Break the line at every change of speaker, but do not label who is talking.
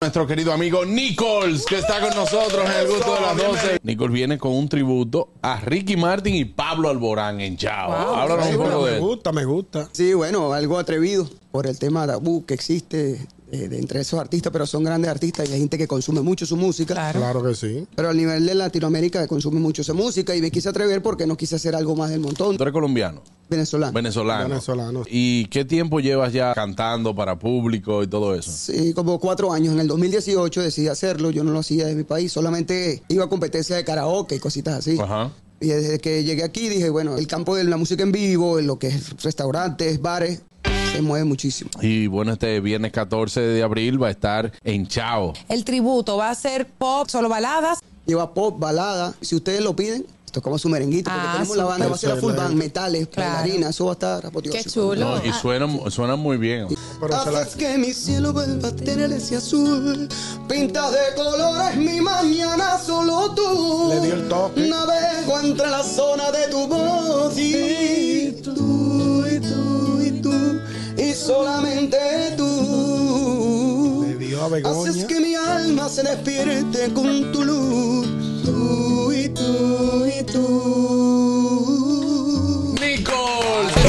nuestro querido amigo Nichols, que está con nosotros en el gusto de las 12. Nichols viene con un tributo a Ricky Martin y Pablo Alborán en Chao. Háblanos un poco de
me
esto.
gusta, me gusta.
Sí, bueno, algo atrevido por el tema tabú que existe eh, de entre esos artistas, pero son grandes artistas y hay gente que consume mucho su música.
Claro.
Claro que sí.
Pero al nivel de Latinoamérica consume mucho esa música y me quise atrever porque no quise hacer algo más del montón.
Tú eres colombiano,
Venezolano.
venezolano.
Venezolano.
¿Y qué tiempo llevas ya cantando para público y todo eso?
Sí, como cuatro años. En el 2018 decidí hacerlo. Yo no lo hacía de mi país. Solamente iba a competencias de karaoke y cositas así.
Ajá.
Y desde que llegué aquí dije, bueno, el campo de la música en vivo, en lo que es restaurantes, bares, se mueve muchísimo.
Y bueno, este viernes 14 de abril va a estar en Chao.
El tributo va a ser pop, solo baladas.
Lleva pop, balada. Si ustedes lo piden, tocamos su merenguito. Porque
Ah,
tenemos la banda, va a ser la full band,
Excelente.
metales,
Claro.
bailarinas. Eso va a estar apoteósico.
Qué chulo.
No, y suena, suena muy bien.
Pero se la-
Haces que mi cielo vuelva a tener ese azul. Pintas de colores mi mañana solo tú.
Le dio el toque.
Navego entre la zona de tu voz y tú y tú y tú y solamente tú.
Le dio a Begoña.
Haces que mi alma se despierte con tu luz. Tú y tú y tú.
¡Nichols!